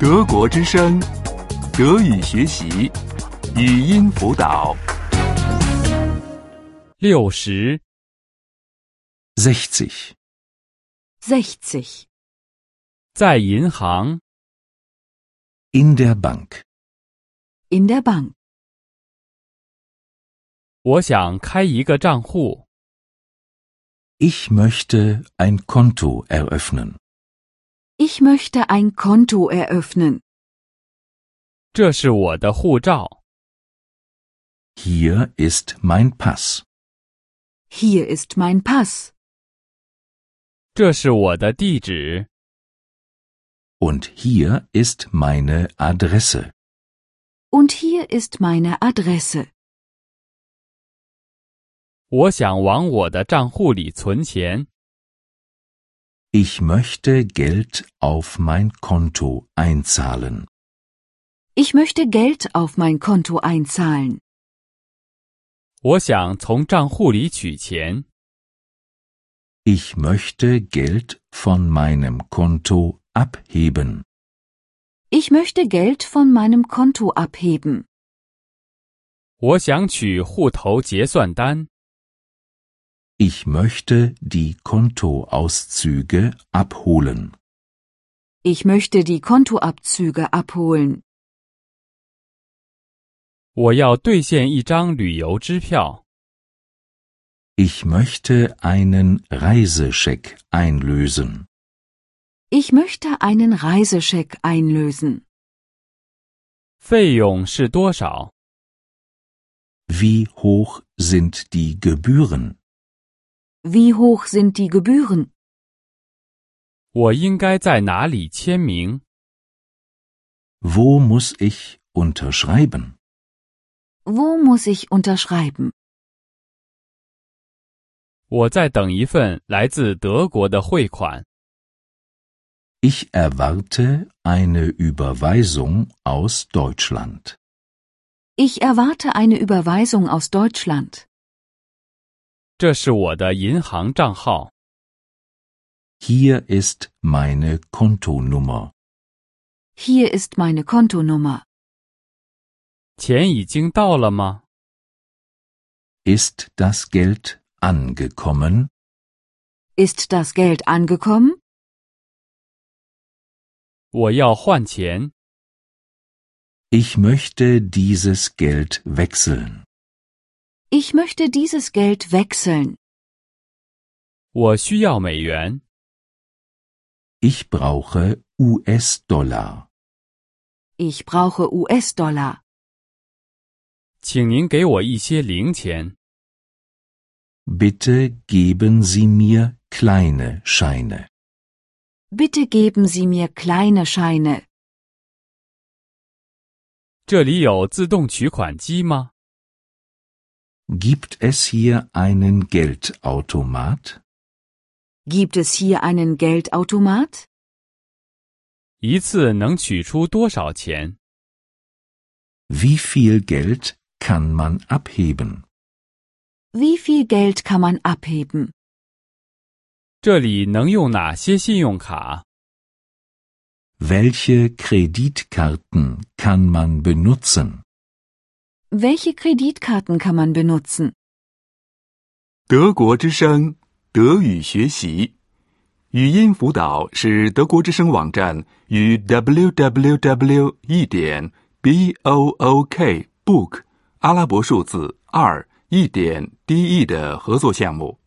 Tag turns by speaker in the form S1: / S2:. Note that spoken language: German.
S1: 德国之声，德语学习，语音辅导。
S2: 六十，
S3: 60.
S4: 60.
S2: 在银行，
S3: In der Bank.
S4: In der Bank.
S2: 我想开一个账户，
S3: Ich möchte ein Konto eröffnen.
S4: Ich möchte ein Konto eröffnen.
S2: 这是我的护照。
S3: Hier ist mein Pass.
S4: Hier ist mein Pass.
S2: 这是我的地址，
S3: Und hier ist meine Adresse.
S4: Und hier ist meine Adresse.
S2: 我想往我的账户里存钱。
S3: Ich möchte Geld auf mein Konto einzahlen.
S4: Ich möchte Geld auf mein Konto einzahlen.
S2: 我想从账户里取钱。
S3: Ich möchte Geld von meinem Konto abheben.
S4: Ich möchte Geld von meinem Konto abheben.
S2: 我想取户头结算单。
S3: Ich möchte die Kontoauszüge abholen.
S4: Ich möchte die Kontoabzüge abholen.
S2: 我要兑现一张旅游支票。
S3: Ich möchte einen Reisescheck einlösen.
S4: Ich möchte einen Reisescheck einlösen.
S2: 费用是多少？
S3: Wie hoch sind die Gebühren?
S4: Wie hoch sind die Gebühren?
S2: 我应该在哪里签名？
S3: Wo muss ich unterschreiben?
S4: Wo muss ich unterschreiben?
S2: 我在等一份来自德国的汇款。
S3: Ich erwarte eine Überweisung aus Deutschland.
S4: Ich erwarte eine Überweisung aus Deutschland.
S2: 这是我的银行账号。
S3: Hier ist meine Kontonummer.
S4: Hier ist meine Kontonummer.
S2: 钱已经到了吗？
S3: Ist das Geld angekommen?
S4: Ist das Geld angekommen?
S2: 我要换钱。
S3: Ich möchte dieses Geld wechseln.
S4: Ich möchte dieses Geld wechseln.
S2: 我需要美元。
S3: Ich brauche US-Dollar.
S4: Ich brauche US-Dollar.
S2: 请您给我一些零钱。
S3: Bitte geben Sie mir kleine Scheine.
S4: Bitte geben Sie mir kleine Scheine.
S2: 这里有自动取款机吗？
S3: Gibt es hier einen Geldautomat?
S4: Gibt es hier einen Geldautomat?
S2: 一次能取出多少钱？
S3: Wie viel Geld kann man abheben?
S4: Wie viel Geld kann man abheben?
S2: 这里能用哪些信用卡？
S3: Welche Kreditkarten kann man benutzen?
S4: Welche Kreditkarten kann man benutzen?
S1: 德国之声，德语学习，语音辅导是德国之声网站与 www. 一点 b o o k book 阿拉伯数字二一点 d e 的合作项目。